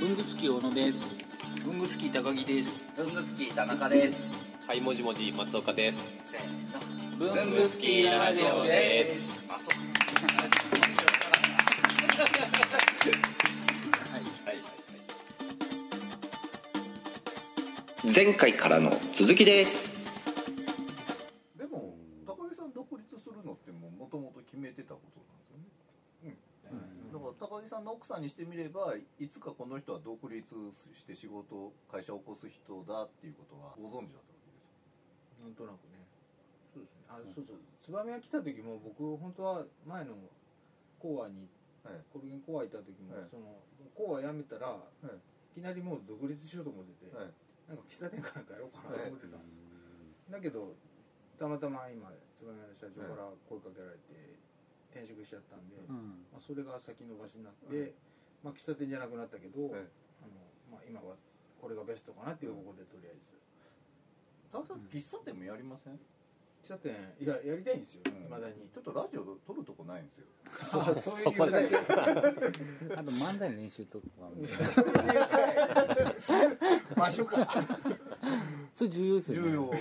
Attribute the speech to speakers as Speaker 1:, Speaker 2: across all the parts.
Speaker 1: 文具好き小野です
Speaker 2: 文具好き高木です文具好き田中です
Speaker 3: はい、もじもじ松岡です。
Speaker 2: せーの
Speaker 1: 文
Speaker 2: すあ、そう
Speaker 4: 前回からの続きです
Speaker 5: でも高木さん独立するのってもともと決めてたことなんですよね、うんだから高木さんの奥さんにしてみればいつかこの人は独立して仕事会社を起こす人だっていうことはご存知だったわけですよ
Speaker 6: なんとなくねそうですねあそうそう燕が来た時も僕本当は前の講和に、
Speaker 5: はい
Speaker 6: コルゲン講和行った時も、
Speaker 5: はい
Speaker 6: その講和辞めたら、
Speaker 5: い
Speaker 6: い、きなりもう独立しようと思ってて、
Speaker 5: はい
Speaker 6: なんか喫茶店かなんかやろうかなと思ってたんです、だけどたまたま今燕の社長から声かけられて転職しちゃったんで、
Speaker 1: うん
Speaker 6: まあ、それが先延ばしになっ
Speaker 5: は
Speaker 6: て、
Speaker 5: い
Speaker 6: まあ、喫茶店じゃなくなったけど、
Speaker 5: はい
Speaker 6: あのまあ、今はこれがベストかなっていう方向でとりあえず。
Speaker 5: 高木さん喫茶店もやりません、
Speaker 6: 喫茶店いややりたいんですよ
Speaker 5: うん
Speaker 6: いま、だに
Speaker 5: ちょっとラジオ撮るとこないんですよ
Speaker 6: そうそういう状態で
Speaker 1: あと漫才の練習とかも
Speaker 6: 場所か
Speaker 1: それ重要ですよね
Speaker 5: 重要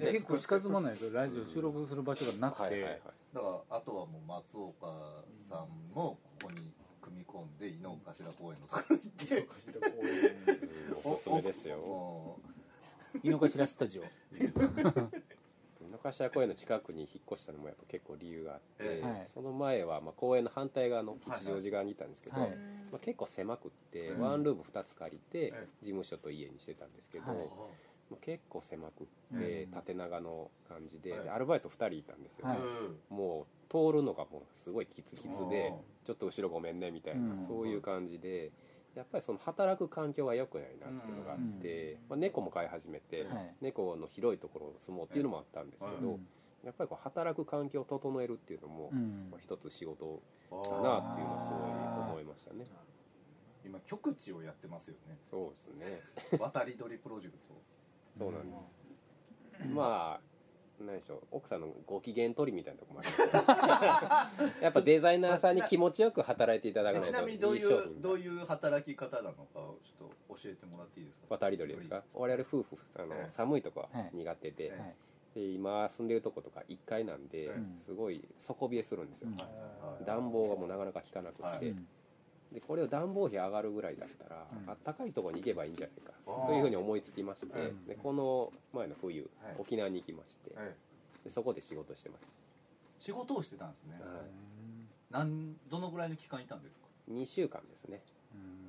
Speaker 1: え結構死活問題ですよラジオ収録する場所がなくて、
Speaker 5: だからあとはもう松岡さんもここに組み込んで井の頭公園のところに行って
Speaker 3: おすすめですよ。
Speaker 5: お
Speaker 1: 井の頭スタ ジオ、
Speaker 3: 井の頭公園の近くに引っ越したのもやっぱ結構理由があって、
Speaker 1: はい
Speaker 3: その前はまあ公園の反対側の吉祥寺側にいたんですけど、
Speaker 1: はい
Speaker 3: まあ、結構狭くって、
Speaker 5: うん
Speaker 3: ワンルーム2つ借りて
Speaker 5: はい
Speaker 3: 事務所と家にしてたんですけど、
Speaker 1: はい
Speaker 3: ま
Speaker 5: ー
Speaker 3: あ、結構狭くって
Speaker 1: うん
Speaker 3: 縦長の感じで,、
Speaker 5: はい
Speaker 3: でアルバイト2人いたんですよ、
Speaker 1: はい
Speaker 3: もう通るのがもうすごいキツキツで
Speaker 5: うん
Speaker 3: ちょっと後ろごめんねみたいな、
Speaker 1: うん
Speaker 3: そういう感じでやっぱりその働く環境が良くないなっていうのがあって、まあ、猫も飼い始めて、
Speaker 1: はい
Speaker 3: 猫の広いところを住もうっていうのもあったんですけ
Speaker 5: う
Speaker 3: ど、やっぱりこう働く環境を整えるっていうのも、
Speaker 1: うん
Speaker 3: まあ、一つ仕事
Speaker 5: あ
Speaker 3: だ
Speaker 5: ー
Speaker 3: なっていうのをすごい思いましたね
Speaker 5: 今極地をやってますよね
Speaker 3: そうですね
Speaker 5: 渡り鳥プロジェク
Speaker 3: そうなんです、まあ何でしょう奥さんのご機嫌取りみたいなとこもある やっぱデザイナーさんに気持ちよく働いていただ
Speaker 5: ト
Speaker 3: かないと
Speaker 5: ちなみにどういうどう
Speaker 3: う
Speaker 5: いう働き方なのかをちょっと教えてもらっていいですか
Speaker 3: 渡り鳥ですか我々夫婦あの、
Speaker 5: ええ
Speaker 3: 寒いとこは
Speaker 1: はい
Speaker 3: 苦手で,、
Speaker 1: はい
Speaker 3: で今住んでるとことか1階なんで、
Speaker 5: え
Speaker 1: え
Speaker 3: すごい底冷えするんですよ、
Speaker 1: うん
Speaker 5: はい
Speaker 3: 暖房がもうなかなか効かなくって、
Speaker 5: は
Speaker 1: うん
Speaker 3: でこれを暖房費上がるぐらいだったら、
Speaker 1: うん
Speaker 3: あったかいところに行けばいいんじゃないか
Speaker 5: あー
Speaker 3: というふうに思いつきまして、
Speaker 5: うん
Speaker 3: でこの前の冬、
Speaker 5: はい
Speaker 3: 沖縄に行きまして、
Speaker 5: ええ
Speaker 3: でそこで仕事してまし
Speaker 5: 仕事をしてたんですね
Speaker 3: た、は
Speaker 5: なんどのぐらいの期間いたんですか
Speaker 3: 2週間ですね、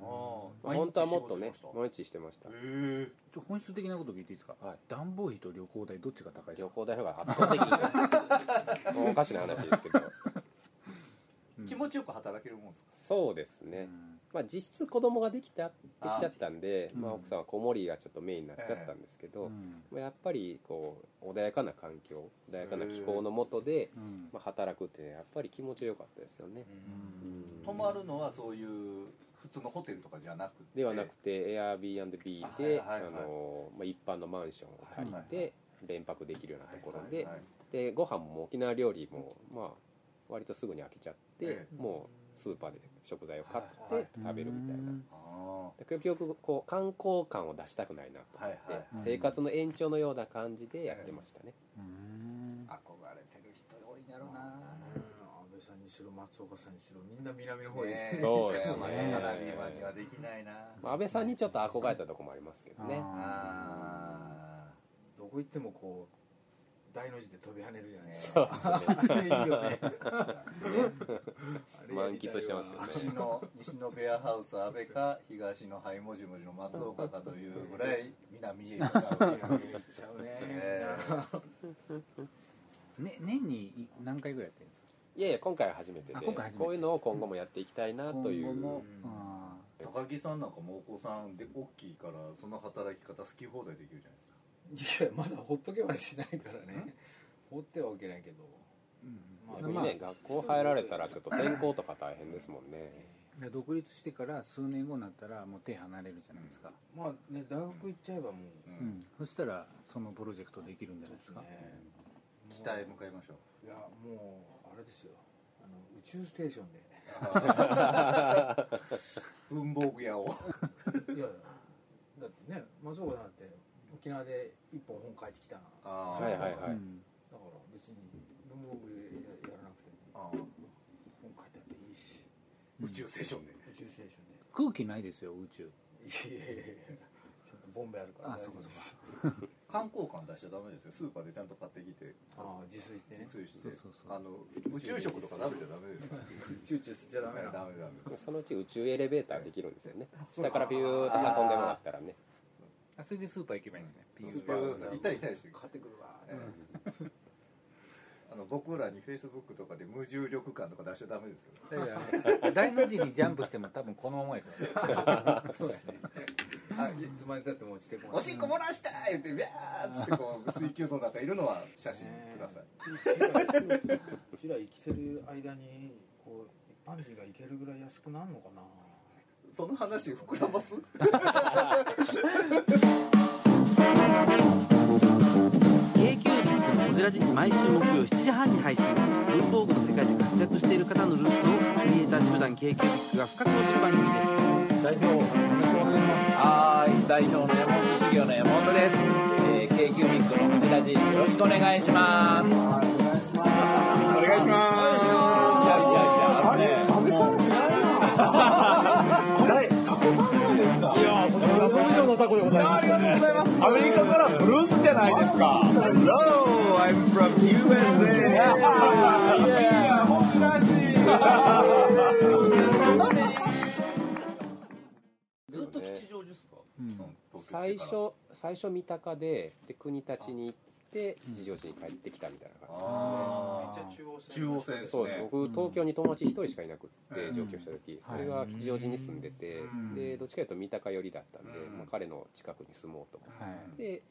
Speaker 1: うん
Speaker 5: あ
Speaker 3: まあ、本当はもっとね
Speaker 5: へ
Speaker 3: 毎日してました
Speaker 5: え
Speaker 1: ちょ本質的なこと聞いていいですか、
Speaker 3: はい
Speaker 1: 暖房費と旅行代どっちが高いです
Speaker 3: 旅
Speaker 1: か
Speaker 3: 行代表が圧倒的にもうおかしな話ですけど
Speaker 5: 気持ちよく働けるもんですか
Speaker 3: そうですね、まあ、実質子供ができたで
Speaker 5: あー
Speaker 3: きちゃったんでまあ、
Speaker 1: うん
Speaker 3: 奥さんは子守がちょっとメインになっちゃったんですけ
Speaker 1: う
Speaker 3: ど、
Speaker 1: ん
Speaker 3: まあ、やっぱりこう穏やかな環境穏やかな気候のもとで、
Speaker 1: うん
Speaker 3: まあ、働くっていうのはやっぱり気持ちよかったですよね、うん
Speaker 5: 泊まるのはそういう普通のホテルとかじゃなくて
Speaker 3: ではなくて Airbnb で、
Speaker 5: はいはいはい
Speaker 3: あのまあ、一般のマンションを借りて、
Speaker 5: はいは
Speaker 3: 連泊できるようなところで,、
Speaker 5: はいはいはい
Speaker 3: でご飯も沖縄料理も、まあ、割とすぐに飽きちゃって、
Speaker 5: え
Speaker 3: もうスーパーで食材を買っ
Speaker 5: はいはい
Speaker 3: て食べるみたいな、
Speaker 1: うん
Speaker 5: あー
Speaker 3: で結局こう観光感を出したくないなと思って、
Speaker 5: はいはい
Speaker 1: はい
Speaker 3: 生活の延長のような感じでやってましたね、
Speaker 1: うん
Speaker 5: 憧れてる人多いだろうな
Speaker 6: 安倍さんにしろ松岡さんにしろみんな南の方に
Speaker 5: ねえ
Speaker 3: そうですね
Speaker 5: 羨ましいサラリーマンにはできないな
Speaker 3: まあ安倍さんにちょっと憧れたとこもありますけどね
Speaker 1: あ
Speaker 5: あ
Speaker 6: どこ行ってもこう大の字で飛び跳ねるじゃないですか
Speaker 3: そうですね
Speaker 6: あれいいよね
Speaker 3: 満喫してますよ
Speaker 5: ー
Speaker 3: ね
Speaker 5: 西の西のベアハウス安倍か東のハイモジモジの松岡かというぐらい南へ行った
Speaker 6: ちゃうね
Speaker 5: え
Speaker 1: ね年に何回ぐらいやってるんですか
Speaker 3: いやいや今回は初めてで
Speaker 1: あ今回初めて
Speaker 3: こういうのを今後もやっていきたいなとい
Speaker 1: 今後も
Speaker 3: う
Speaker 1: あ
Speaker 5: ー高木さんなんかもお子さんで大きいからその働き方好き放題できるじゃないですか
Speaker 6: いやまだほっとけばしないからね放ってはおけないけど
Speaker 1: ー
Speaker 3: 逆
Speaker 1: うん
Speaker 3: に
Speaker 1: まあ
Speaker 3: ね、学校入られたらちょっと転校とか大変ですもんね
Speaker 1: で独立してから数年後になったらもう手離れるじゃないですか、
Speaker 6: まあね大学行っちゃえばもう
Speaker 5: うん
Speaker 1: うんそしたらそのプロジェクトできるんじゃないですか、
Speaker 6: ね
Speaker 5: 北へ向かいましょう
Speaker 6: いやもうあれですよ
Speaker 7: あの宇宙ステーションで
Speaker 5: 文房具屋を
Speaker 6: いやいやだってね松岡さんだって沖縄で一本本書いてきただか
Speaker 5: あ
Speaker 3: はいはいはい
Speaker 1: うん
Speaker 6: ら別に文房具ややらなくても
Speaker 5: あ
Speaker 6: 本書いてあっていいし
Speaker 5: 宇宙ステーションで
Speaker 6: 宇宙ステーションで
Speaker 1: 空気ないですよ宇宙
Speaker 6: い やいやいやちょっとボンベあるから
Speaker 1: あそうかそうか
Speaker 5: 観光館出しちゃダメですよスーパーでちゃんと買ってきて
Speaker 6: ああ自炊してね
Speaker 5: 自炊して
Speaker 1: そうそうそう
Speaker 5: あの宇宙食とか食べちゃダメですから
Speaker 6: チューチューしちゃダ
Speaker 5: ダメ
Speaker 6: メ
Speaker 5: ダメ
Speaker 6: な
Speaker 5: ダメ
Speaker 3: そのうち宇宙エレベーターできるんですよね
Speaker 5: そう
Speaker 3: 下からビューッと運んでもらったらね
Speaker 7: あそれでスーパー行けばいいんですねピ
Speaker 5: スーパー行ったり来たりして
Speaker 6: 買ってくるわ
Speaker 5: ええあの僕らにフェイスブックとかで無重力感とか出しちゃダメですよ
Speaker 7: 大の字にジャンプしても多分このままですよね
Speaker 6: そうやね あいつまでたっても落ちてこない
Speaker 5: おしっこ漏らしたいってビャーっつってこう水球の中いるのは写真ください、
Speaker 6: うちら生きてる間にこう一般人が行けるぐらい安くなるのかな
Speaker 5: その話膨らます
Speaker 8: はーい代表の山本修行の山本です、えー、k q ミックのホジラジよろしくお願いしますお願いしますお願いしますいやいやいやあれね食べされてないな誰タコさんなんですかいやこれタコ以上のタコでございます、ありがとうございますアメリカからブルースじゃないですか Hello I'm from USA yeah, yeah.
Speaker 5: ずっと吉祥寺ですか、
Speaker 3: 最初最初三鷹でで国立に行って次女寺に帰ってきたみたいな感じ
Speaker 5: あ
Speaker 6: めっちゃ中央線
Speaker 5: ー中央線ですね
Speaker 3: そうです僕東京に友達一人しかいなくって
Speaker 5: うん
Speaker 3: 上京した時それが吉祥寺に住んでてでどっちかというと三鷹寄りだったんで
Speaker 5: うん
Speaker 3: まあ彼の近くに住もうと思
Speaker 1: はい
Speaker 3: って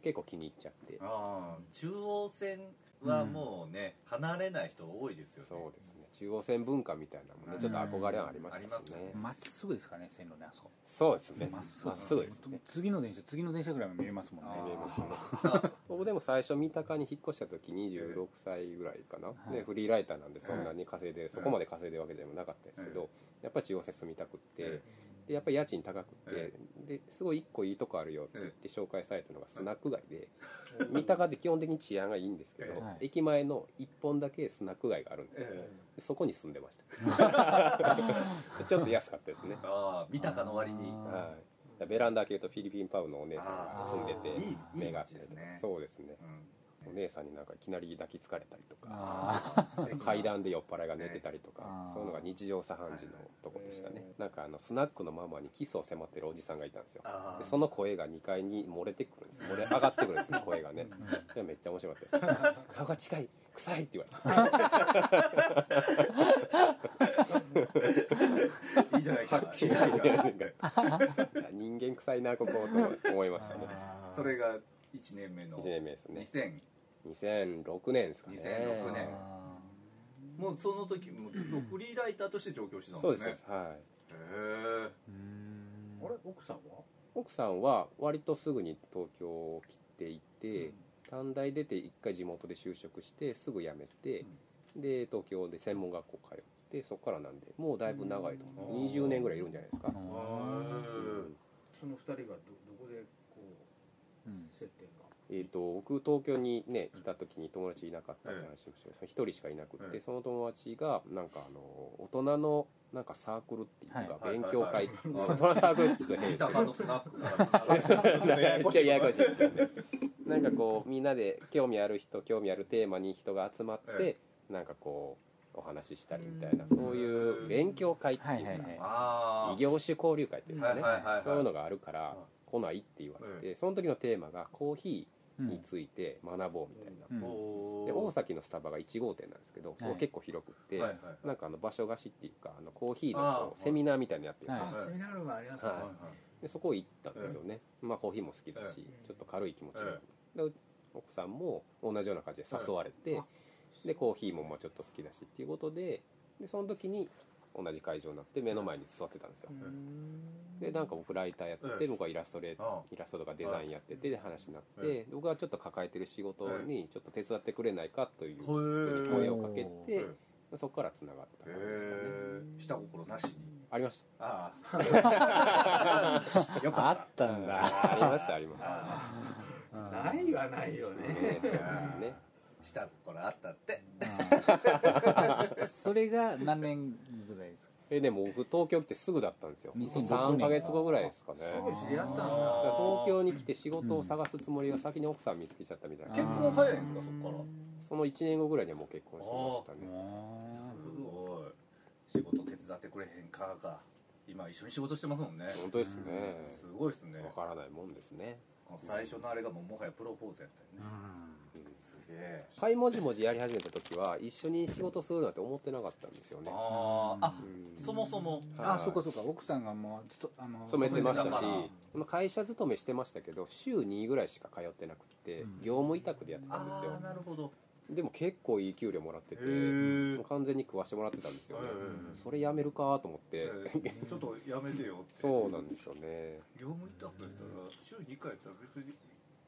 Speaker 3: 結構気に入っちゃって
Speaker 5: あー中央線はもうね、離れない人多いですよね
Speaker 3: そうですね中央線文化みたいなもん
Speaker 5: う
Speaker 3: ね
Speaker 5: ん
Speaker 3: ちょっと憧れはありまし
Speaker 5: あり
Speaker 3: た
Speaker 5: ま
Speaker 3: し
Speaker 5: す
Speaker 3: ね
Speaker 5: ね
Speaker 1: まっすぐですかね線路ねあそこ
Speaker 3: そうですね
Speaker 1: ま
Speaker 3: ま
Speaker 1: っ
Speaker 3: っ
Speaker 1: すぐ
Speaker 3: すぐですね
Speaker 1: 次の電車次の電車ぐらいも見えますもんね
Speaker 5: あー
Speaker 3: 見えますね僕でも最初三鷹に引っ越した時26歳ぐらいかな、
Speaker 1: い
Speaker 3: でフリーライターなんでそんなに稼いで、そこまで稼いでるわけでもなかったですけど、やっぱり中央線住みたくって、
Speaker 5: え
Speaker 3: でやっぱり家賃高くって、
Speaker 5: え
Speaker 3: ですごい一個いいとこあるよって言って紹介されたのがスナック街で、三鷹って基本的に治安がいいんですけど、
Speaker 5: え
Speaker 1: はい
Speaker 3: 駅前の一本だけスナック街があるんですよ、
Speaker 5: え
Speaker 3: でそこに住んでました ちょっと安かったですね
Speaker 5: ああ三鷹の割に
Speaker 1: あー
Speaker 3: はい、ベランダ開けるとフィリピンパウのお姉さんが住んでて
Speaker 5: いいいい
Speaker 3: が合っ
Speaker 5: 街
Speaker 3: て
Speaker 5: で
Speaker 3: る
Speaker 5: す
Speaker 3: とか
Speaker 5: ね
Speaker 3: そうですね
Speaker 5: うん
Speaker 3: お姉さんになんかいきなり抱きつかれたりとか
Speaker 1: あ
Speaker 3: 階段で酔っ払いが寝てたりと
Speaker 1: あ
Speaker 3: か
Speaker 1: ー
Speaker 3: そういうのが日常茶飯事のとこでしたねなんかあのスナックのママにキスを迫ってるおじさんがいたんですよ
Speaker 5: あ
Speaker 3: で
Speaker 5: ー
Speaker 3: その声が2階に漏れてくるんですよ漏れ上がってくる んですよ声がねいやめっちゃ面白かったです顔が近い臭いって 言われて
Speaker 5: いいじゃないかいいじゃないか
Speaker 3: いや人間臭いなここと思いましたね
Speaker 5: それが1年目の
Speaker 3: 1年目ですね
Speaker 5: 2000
Speaker 3: 2006年ですかね
Speaker 5: 2006年
Speaker 1: ー
Speaker 5: もうその時もうずっとフリーライターとして上京してたん
Speaker 3: そう
Speaker 5: で
Speaker 3: ですすそう
Speaker 5: ね
Speaker 3: ですはい
Speaker 5: へえ
Speaker 1: うーん
Speaker 6: あれ奥さんは
Speaker 3: 奥さんは割とすぐに東京を切っていて、短大出て一回地元で就職してすぐ辞めて、で東京で専門学校通ってそこからなんでもうだいぶ長いと思う、
Speaker 5: うん
Speaker 3: 20年ぐらいいるんじゃないですか、うん
Speaker 6: その二人がどどこでこ
Speaker 1: うん
Speaker 6: う接点が
Speaker 3: えー、と僕東京にね来た時に友達いなかったって話をしてその一人しかいなくっ
Speaker 5: え
Speaker 3: て、
Speaker 5: え
Speaker 3: その友達がなんかあの大人のなんかサークルっていうか、
Speaker 5: はい
Speaker 3: 勉強
Speaker 5: はい
Speaker 3: 会、
Speaker 5: はい
Speaker 3: 大人のサークルって言って
Speaker 5: 三鷹のスナックから
Speaker 3: ややこしいややこしいですよね なんかこうみんなで興味ある人興味あるテーマに人が集まって、
Speaker 5: え
Speaker 3: なんかこうお話ししたりみたいなそういう勉強会っていうか、
Speaker 1: はいはいはい
Speaker 5: ああ
Speaker 3: 異業種交流会っていうんですかね、
Speaker 5: はいはいはいはい
Speaker 3: そういうのがあるから
Speaker 5: うん
Speaker 3: 来ないって言われて、その時のテーマがコーヒーについて学ぼうみたいな、
Speaker 1: うん
Speaker 5: お
Speaker 3: で
Speaker 5: ー
Speaker 3: 大崎のスタバが1号店なんですけど、そこ結構広くって、
Speaker 5: はいはい
Speaker 3: なんかあの場所貸しっていうかあのコーヒー
Speaker 5: あ
Speaker 3: のこ
Speaker 5: ー
Speaker 3: うセミナーみたいなのやってるんですよ
Speaker 1: はい
Speaker 6: あセミナールームありますね
Speaker 3: はいでそこ行ったんですよね、まあコーヒーも好きだし、
Speaker 6: え
Speaker 3: ちょっと軽い気持ち
Speaker 5: え
Speaker 3: で、で奥さんも同じような感じで誘われて、
Speaker 6: え
Speaker 3: でコーヒーもまあちょっと好きだしっていうことででその時に同じ会場になって目の前に座ってたんですよ、でなんか僕ライターやってて、
Speaker 5: ええ
Speaker 3: 僕はイラストレーター
Speaker 5: あ
Speaker 3: イラストとかデザインやっててで話になって、
Speaker 5: え
Speaker 3: で僕はちょっと抱えてる仕事にちょっと手伝ってくれないかという
Speaker 5: ー
Speaker 3: 声をかけて、
Speaker 5: え
Speaker 3: そこからつながった
Speaker 5: へ
Speaker 3: 感じですかね
Speaker 5: え下心なしに
Speaker 3: ありまし
Speaker 5: ああよ
Speaker 1: あ
Speaker 5: かっ
Speaker 1: ったんだ
Speaker 3: たありましたありましたた
Speaker 5: あ
Speaker 6: ないはないよね
Speaker 3: ねそうですね
Speaker 5: あ下心あったって
Speaker 1: うんそれが何年ぐらいですか
Speaker 3: えでも僕東京来てすぐだったんですよ
Speaker 1: 2006年
Speaker 3: 3か月後ぐらいですかね
Speaker 6: すぐ知り合ったんだ
Speaker 3: だから東京に来て仕事を探すつもりが先に奥さん見つけちゃったみたいな
Speaker 5: 結婚早いんですかそっから
Speaker 3: その1年後ぐらいにはもう結婚してましたね
Speaker 5: すごい仕事手伝ってくれへんかが今一緒に仕事してますもんね
Speaker 3: 本当ですね
Speaker 5: すごいですね
Speaker 3: わからないもんですね
Speaker 5: この最初のあれがもうもはやプロポーズやったよねすげえ
Speaker 3: はいもじもじやり始めた時は一緒に仕事するなんて思ってなかったんですよね
Speaker 5: あーあ
Speaker 3: うん
Speaker 5: そもそも
Speaker 1: あ
Speaker 3: はい
Speaker 1: そうかそうか奥さんがもうちょっとあの
Speaker 3: 勤めてましたし
Speaker 5: 勤めてたから
Speaker 3: まあ会社勤めしてましたけど週2ぐらいしか通ってなくて、
Speaker 1: うん
Speaker 3: 業務委託でやってたんです
Speaker 5: あ
Speaker 3: よ
Speaker 5: あなるほど
Speaker 3: でも結構いい給料もらってて
Speaker 5: へー
Speaker 3: もう完全に食わしてもらってたんですよね、
Speaker 5: うん
Speaker 3: それやめるかと思って、
Speaker 5: ちょっとやめてよって
Speaker 3: そうなんですよね
Speaker 5: 業務委託やったら週2回やったら別に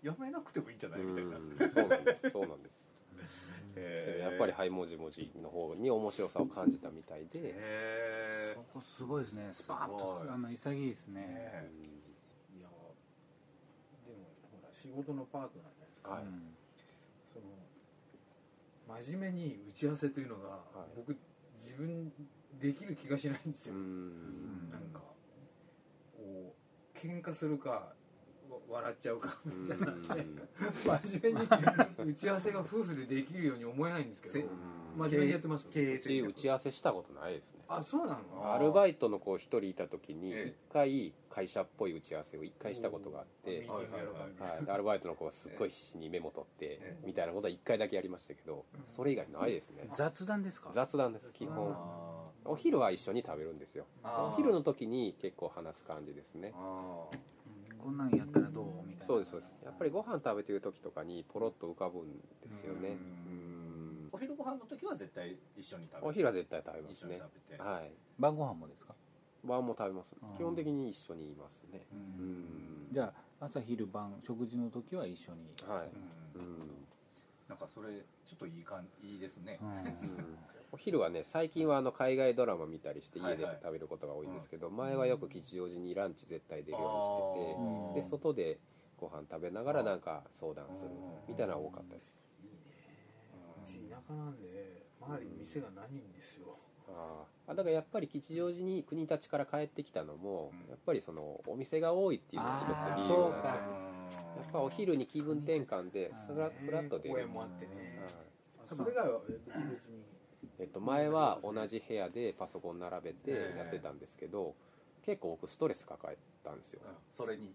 Speaker 5: やめなくてもいいんじゃないみたいな
Speaker 3: うんそうなんですそうなんです
Speaker 5: へえ
Speaker 3: やっぱり「はいもじもじ」の方に面白さを感じたみたいで、
Speaker 5: へ
Speaker 1: そこすごいですねスパッと
Speaker 5: すごい
Speaker 1: あの潔いですね
Speaker 5: え
Speaker 6: いやでもほら仕事のパートナーじゃないですか
Speaker 3: はい
Speaker 1: うん
Speaker 6: その真面目に打ち合わせというのが、
Speaker 3: い
Speaker 6: 僕自分できる気がしないんです
Speaker 3: う
Speaker 6: よ、
Speaker 3: ん
Speaker 6: なんかこう喧嘩するかわ笑っちゃうかみたいなね真面目に打ち合わせが夫婦でできるように思えないんですけど
Speaker 5: せ
Speaker 6: 真面目にやってますよ
Speaker 5: 経営
Speaker 3: うち打ち合わせしたことないですね
Speaker 6: あそうなの
Speaker 5: あー
Speaker 3: アルバイトの子一人いた時に
Speaker 5: ええ
Speaker 3: 一回会社っぽい打ち合わせを一回したことがあって
Speaker 6: ミーテ、ィングやろうかみたいな
Speaker 3: はい、でアルバイトの子がすっごい必死にメモ取って
Speaker 5: ええ
Speaker 3: みたいなことは一回だけやりましたけどそれ以外ないですね
Speaker 1: 雑談ですか
Speaker 3: 雑談です基本
Speaker 5: あ
Speaker 3: お昼は一緒に食べるんですよ
Speaker 5: あー
Speaker 3: お昼の時に結構話す感じですね
Speaker 5: ーあ
Speaker 1: こんなんやったらどうみたいな
Speaker 3: そうですそうですやっぱりご飯食べてる時とかにポロッと浮かぶんですよ
Speaker 5: ー
Speaker 3: ね
Speaker 5: うんお昼ご飯の時は絶対一緒に食べる
Speaker 3: お昼は絶対食べま
Speaker 5: 一
Speaker 3: す
Speaker 5: 緒に
Speaker 3: ね
Speaker 5: 食べて
Speaker 3: はい
Speaker 1: 晩ご飯もですか
Speaker 3: 晩も食べます
Speaker 1: うん
Speaker 3: 基本的に一緒にいますね
Speaker 5: う
Speaker 3: うんん
Speaker 1: じゃあ朝昼晩食事の時は一緒に
Speaker 3: は
Speaker 5: う
Speaker 3: いうんん
Speaker 5: なんかそれちょっといい感じいいですね
Speaker 3: お昼はね最近はあの海外ドラマ見たりして
Speaker 5: はいは
Speaker 3: 家
Speaker 5: い
Speaker 3: で食べることが多いんですけど、前はよく吉祥寺にランチ絶対出るように
Speaker 1: あー
Speaker 3: しててで外でご飯食べながらなんか相談するみたいなのが多かったです
Speaker 6: うち田舎なんで周りに店がないんですよ
Speaker 3: あーあだからやっぱり吉祥寺に国立から帰ってきたのも、
Speaker 5: うん
Speaker 3: やっぱりそのお店が多いっていうのが一つ
Speaker 1: あー
Speaker 3: 理由なん
Speaker 1: そう
Speaker 3: です
Speaker 1: か
Speaker 3: よやっぱお昼に気分転換で
Speaker 1: あー
Speaker 3: ふらふらっと出る
Speaker 6: 公園もあってね
Speaker 3: はい
Speaker 6: あそれが別々に
Speaker 3: えっと、前は同じ部屋でパソコン並べて
Speaker 5: ええ
Speaker 3: やってたんですけど、結構僕ストレス抱えたんですよ、
Speaker 5: うんそれに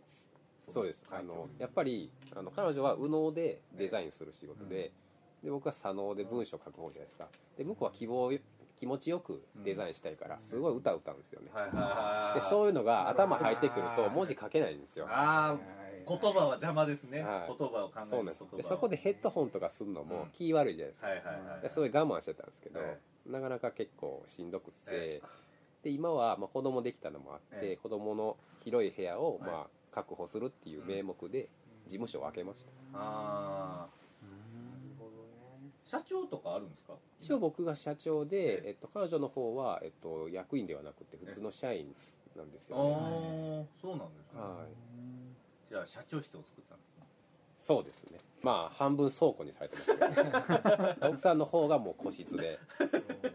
Speaker 3: そうですあのやっぱりあの彼女は右脳でデザインする仕事で,、で僕は左脳で文章書く方じゃないですかで向こうは希望を気持ちよくデザインしたいからすごい歌歌うんですよね、
Speaker 5: はいはいはい
Speaker 3: でそういうのが頭入ってくると文字書けないんですよ
Speaker 5: ああ
Speaker 6: はい
Speaker 5: 言葉は邪魔ですね、
Speaker 3: はい
Speaker 5: 言葉を考える
Speaker 3: そうなんですでそこでヘッドホンとかするの
Speaker 5: う
Speaker 3: も
Speaker 5: ん
Speaker 3: 気悪いじゃないですか、
Speaker 5: はいはいはい
Speaker 3: ですごい我慢してたんですけど、
Speaker 5: え
Speaker 3: なかなか結構しんどくって、
Speaker 5: え
Speaker 3: で今はまあ子供できたのもあって、
Speaker 5: ええ
Speaker 3: 子供の広い部屋を
Speaker 5: はい
Speaker 3: まあ確保するっていう名目で事務所を開けました、
Speaker 5: ああ社長とかあるんですか
Speaker 3: 一応僕が社長で、
Speaker 5: ええ
Speaker 3: えっと、彼女の方は、えっと、役員ではなくて普通の社員なんです
Speaker 5: ああ
Speaker 3: よね、
Speaker 5: そうなんですね
Speaker 3: はい
Speaker 5: じゃあ社長室を作ったんですね
Speaker 3: そうですねまあ半分倉庫にされてますけど、ね、奥さんの方がもう個室で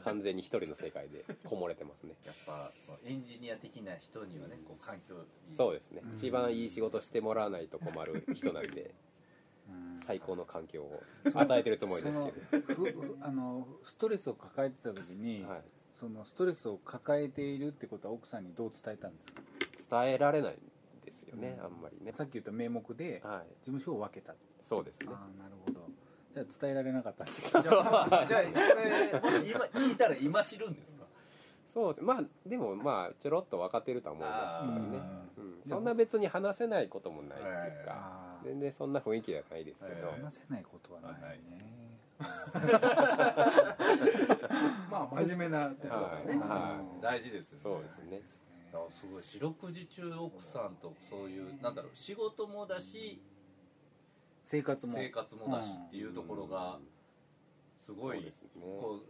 Speaker 3: 完全に一人の世界でこもれてますね
Speaker 5: やっぱそのエンジニア的な人にはねこう環境いい
Speaker 3: そう
Speaker 5: う
Speaker 3: ですね、一番いい仕事してもらわないと困る人なんで最高の環境を与えてるつもり
Speaker 1: そ
Speaker 3: です
Speaker 1: の
Speaker 3: け
Speaker 1: ふふあのストレスを抱えてた時に、
Speaker 3: ど、はい、
Speaker 1: そのストレスを抱えているってことは奥さんにどう伝えたんですか
Speaker 3: 伝えられないんですよね、あんまりね
Speaker 1: さっき言った名目で事
Speaker 3: はい
Speaker 1: 務所を分けたあ
Speaker 3: そうですね
Speaker 1: あなるほどじゃあ伝えられなか ったんです
Speaker 5: じゃあじゃあこれもし今聞いたら今知るんですか
Speaker 3: そうですまあでもまあちょろっと分かってるとは思いますけどね、うんそんな別に話せないこともないっていうか
Speaker 1: あー
Speaker 3: 全然そんな雰囲気じゃないですけど、
Speaker 5: え
Speaker 1: 話せないことはないね、
Speaker 6: まあ 真面目なことだ
Speaker 3: は
Speaker 6: から
Speaker 3: い、
Speaker 6: ね
Speaker 3: は
Speaker 5: 大事ですよ
Speaker 3: い、
Speaker 5: ね
Speaker 3: そうですね
Speaker 5: あすごい四六時中奥さんとそういうなんだろう仕事もだし
Speaker 1: 生活も
Speaker 5: 生活もだしっていうところがすご
Speaker 3: そう
Speaker 5: い
Speaker 3: ですね
Speaker 5: こ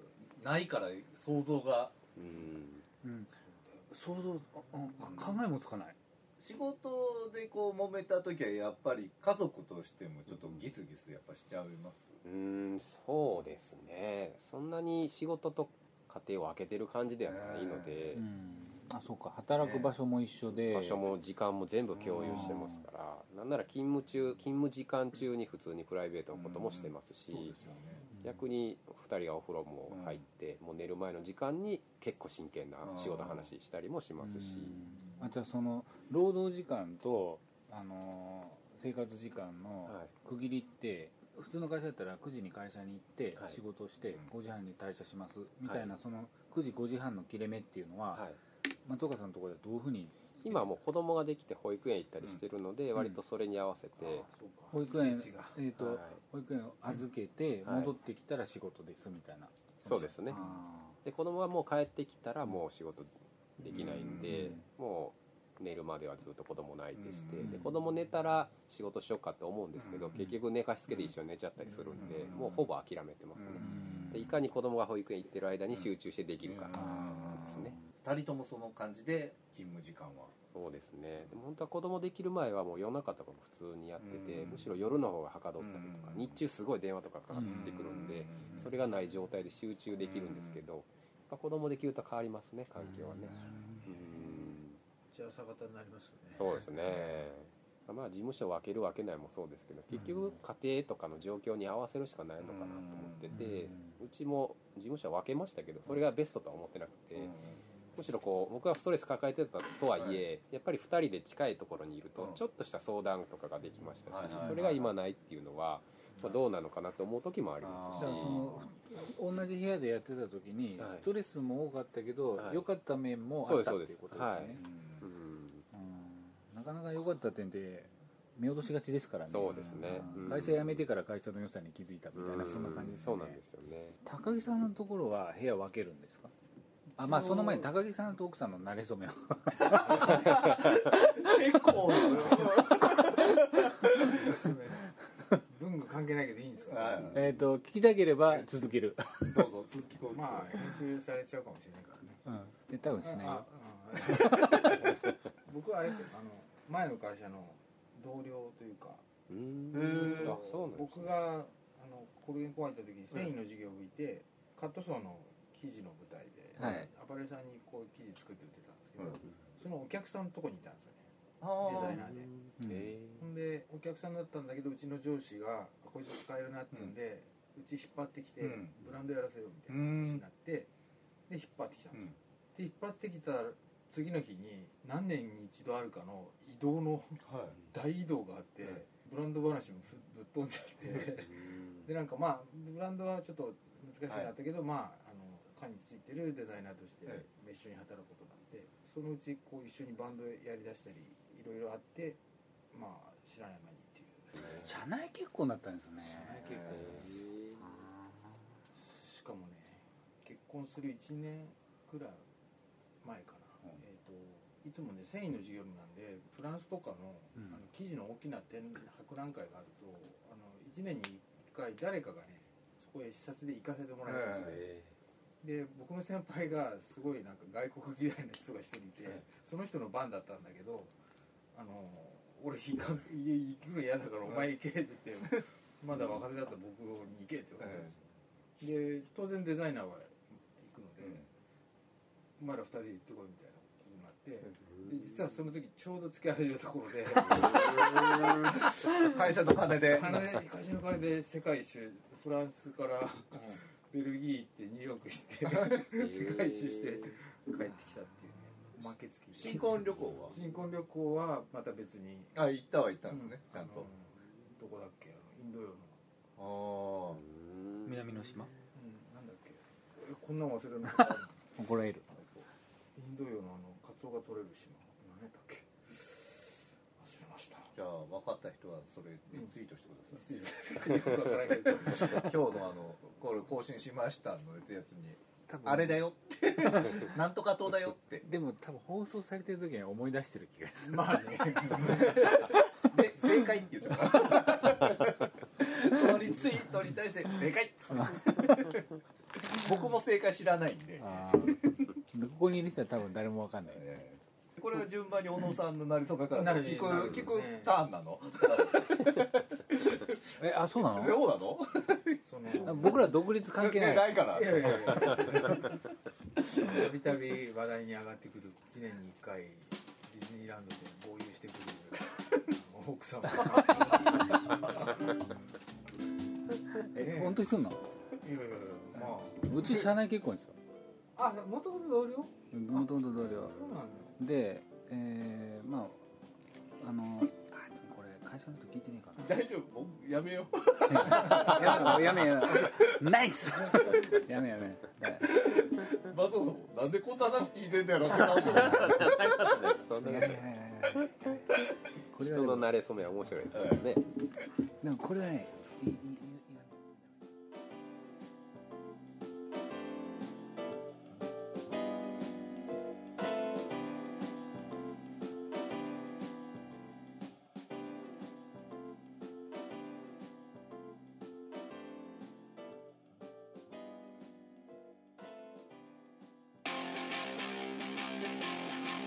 Speaker 5: うないから想像が
Speaker 3: うん
Speaker 1: うん想像ああ考えもつかない
Speaker 5: 仕事でこう揉めた時はやっぱり家族としてもちょっとギスギスやっぱしちゃいます
Speaker 3: うんそうですねそんなに仕事と家庭を空けてる感じではないので
Speaker 1: う、んあそうか働く場所も一緒で、
Speaker 3: 場所も時間も全部共有してますから、なんなら勤務中勤務時間中に普通にプライベートのこともしてますし、
Speaker 5: よね
Speaker 3: 逆に2人がお風呂も入って、もう寝る前の時間に結構真剣な仕事話したりもしますし、
Speaker 1: うんあじゃあその労働時間と、あのー生活時間の
Speaker 3: はい
Speaker 1: 区切りって、普通の会社だったら9時に会社に行って
Speaker 3: はい
Speaker 1: 仕事をして5時半に退社しますみたいな、
Speaker 3: は
Speaker 1: その9時5時半の切れ目っていうのは、
Speaker 3: はい、
Speaker 1: 松岡さんのところではどういうふうに
Speaker 3: 今はもう子供ができて保育園行ったりしてるので、
Speaker 1: ん
Speaker 3: 割とそれに合わせて、
Speaker 1: 保育園、
Speaker 6: スイッチが
Speaker 1: えーと
Speaker 3: はい
Speaker 1: 保育園を預けて
Speaker 3: はい
Speaker 1: 戻ってきたら仕事ですみたいな、
Speaker 3: そうですね
Speaker 1: あ
Speaker 3: で子供がもう帰ってきたらもう仕事できないんで、もう寝るまではずっと子供泣いてして、
Speaker 1: うん
Speaker 3: で子供寝たら仕事しようかと思うんですけど、
Speaker 5: うん
Speaker 3: 結局寝かしつけで一緒に寝ちゃったりするんで、
Speaker 5: うん
Speaker 3: もうほぼ諦めてますね、
Speaker 1: ーうん
Speaker 3: でいかに子供が保育園行ってる間に集中してできるかですね、
Speaker 5: 2人ともその感じで勤務時間は
Speaker 3: そうですねでも本当は子供できる前はもう夜中とかも普通にやってて、
Speaker 5: うん
Speaker 3: むしろ夜の方がはかどったりとか、
Speaker 5: うん
Speaker 3: 日中すごい電話とかかかってくるんで、それがない状態で集中できるんですけど、やっぱ子供できると変わりますね環境はね、うん
Speaker 6: じゃあ朝方になりますよね
Speaker 3: そうですねまあ事務所を分ける分けないもそうですけど結局家庭とかの状況に合わせるしかないのかなと思ってて、うちも事務所は分けましたけどそれがベストとは思ってなくて、むしろこう僕はストレス抱えてたとはいえ、やっぱり2人で近いところにいる
Speaker 5: う
Speaker 3: と
Speaker 5: ん
Speaker 3: ちょっとした相談とかができましたし、
Speaker 5: はいはいはいはい
Speaker 3: それが今ないっていうのは、まあ、どうなのかなと思う時もありますし
Speaker 1: だからその同じ部屋でやってた時に
Speaker 3: はい
Speaker 1: ストレスも多かったけど
Speaker 3: はい
Speaker 1: 良、かった面もあったっていうことですよ
Speaker 3: そうですそうで
Speaker 1: ね
Speaker 3: すうん
Speaker 1: うんなかなか良かった点で見落としがちですからね
Speaker 3: そうですね
Speaker 1: うん
Speaker 3: うん
Speaker 1: 会社辞めてから会社の良さに気づいたみたいなそんな感じですよ
Speaker 3: う
Speaker 1: ね
Speaker 3: んそうなんですよね
Speaker 1: 高木さんのところは部屋分けるんですかあまあその前に高木さんと奥さんの馴れ初めは
Speaker 5: 結構
Speaker 6: 文具関係ないけどいいんですか、
Speaker 1: えっと聞きたければ続ける
Speaker 5: どうぞ続きこう
Speaker 6: まあ編集されちゃうかもしれないからね
Speaker 1: で多分しない
Speaker 6: あ
Speaker 1: よ
Speaker 6: ああ僕はあれですよあの前の会社の同僚というか
Speaker 3: うん
Speaker 5: へー
Speaker 3: あそうなんです
Speaker 6: 僕があのコルゲン公園行った時に繊維の授業を受いて、カットソーの生地の舞台で、
Speaker 1: はい
Speaker 6: アパレルさんにこう生地作って売ってたんですけど、
Speaker 5: うん
Speaker 6: そのお客さんのとこにいたんですよねデザイナーで
Speaker 1: うん
Speaker 3: え
Speaker 6: ほんでお客さんだったんだけどうちの上司が「こいつ使えるな」って言うんで、うち引っ張ってきて、
Speaker 5: うん
Speaker 6: ブランドやらせようみたいな話になって、で引っ張ってきたんですよ、で引っ張ってきた次の日に何年に一度あるかの移動の大移動があって、ブランド話もぶぶっ飛んじゃってでなんかまあブランドはちょっと難しいなったけど、まああの課についてるデザイナーとして
Speaker 5: はい
Speaker 6: 一緒に働くことになってそのうちこう一緒にバンドやりだしたりいろいろあってまあ知らない間にっていう
Speaker 1: 社内結婚だったんですよね
Speaker 6: しかもね結婚する1年ぐらい前かな、えっ、といつもね繊維の授業なんでフランスとかの,、
Speaker 1: うん
Speaker 6: あの生地の大きな展博覧会があるとあの1年に1回誰かがねそこへ視察で行かせてもらえるんですよ、で僕の先輩がすごいなんか外国嫌いな人が一人いて、その人の番だったんだけどあの俺行か家行くの嫌だからお前行けって言って、まだ若手だったら僕に行けって言われたんですよ、で当然デザイナーは行くので、お前ら二人で行ってこいみたいなことになって、で実はその時ちょうど付き合い始めたところで
Speaker 5: 会社の金で
Speaker 6: 金会社の金で世界一周フランスからベルギー行ってニューヨークして世界一周して帰ってきたっていうね負けつき
Speaker 5: 新婚旅行は
Speaker 6: 新婚旅行はまた別に
Speaker 5: あ行ったは行ったんですね、ちゃん
Speaker 6: あの
Speaker 5: と
Speaker 6: どこだっけあのインド洋の、
Speaker 5: ああ
Speaker 1: 南の島
Speaker 6: うん、なんだっけえこんなん忘れるのか
Speaker 1: 怒られる
Speaker 6: インド洋のあのカツオが取れる島何だっけ忘れました
Speaker 5: じゃあ分かった人はそれリツイートしてください、
Speaker 6: よくわからないけど
Speaker 5: 今日のあのこれ更新しましたのやつにあれだよって なんとか党だよ って
Speaker 1: でも多分放送されてる時には思い出してる気がする
Speaker 6: まあね
Speaker 5: で正解って言ってた そのリリツイートに対して正解っつ って僕も正解知らないんで、
Speaker 1: あー ここにいる人は多分誰もわかん ないね
Speaker 5: えーこれは順番に小野さんのなりそめから
Speaker 6: なる
Speaker 5: 聞く、
Speaker 6: なる
Speaker 5: 聞くターンなの、
Speaker 1: えあそうなの
Speaker 5: そうなの
Speaker 6: その
Speaker 1: 僕ら独立関係ない
Speaker 5: から
Speaker 6: いやいやいやたびたび話題に上がってくる1年に1回ディズニーランドで合流してくるあの奥様
Speaker 1: え本当にすんの
Speaker 6: いやいやいやま
Speaker 1: うち社内結婚ですよ
Speaker 6: ああもともと同僚
Speaker 1: もともと同僚
Speaker 6: そうなんだ
Speaker 1: でえー、まああのあでもこれ会社の人聞いてねえかな
Speaker 5: 大丈夫もうやめよ う
Speaker 1: やめやめナイス やめやめ
Speaker 5: 松尾さんもなんでこんな話聞いてんだ よなって顔してた
Speaker 3: そんな
Speaker 1: やめやめやめこれは
Speaker 3: 人
Speaker 1: で
Speaker 3: の
Speaker 1: も
Speaker 3: 慣れ初めは面白いですよね、
Speaker 1: でもこれはねいいい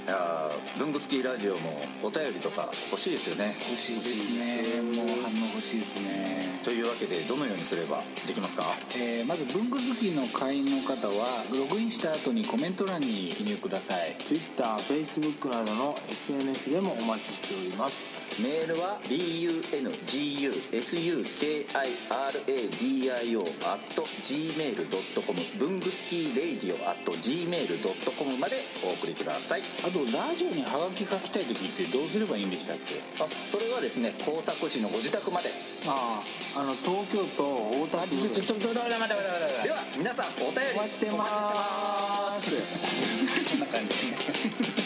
Speaker 2: いやー文具好きラジオもお便りとか欲しいですよね
Speaker 4: 欲しいですねもう反応欲しいですね、
Speaker 2: というわけでどのようにすればできますか
Speaker 4: えーまず文具好きの会員の方はログインした後にコメント欄に記入ください
Speaker 9: TwitterFacebook などの SNS でもお待ちしております
Speaker 2: メールは bungusukradio gmail.com 文具スキーレイディオ gmail.com までお送りください
Speaker 4: あとラジオにハガキ書きたい時ってどうすればいいんでしたっけ
Speaker 2: あそれはですね工作士のご自宅まで
Speaker 9: あああの東京都大田
Speaker 4: あ
Speaker 9: 区
Speaker 4: ちょちょちょちょ待って待って待って待って
Speaker 2: では皆さんお便り
Speaker 9: お待ちしてます
Speaker 2: お待ちしてます
Speaker 4: こんな感じですね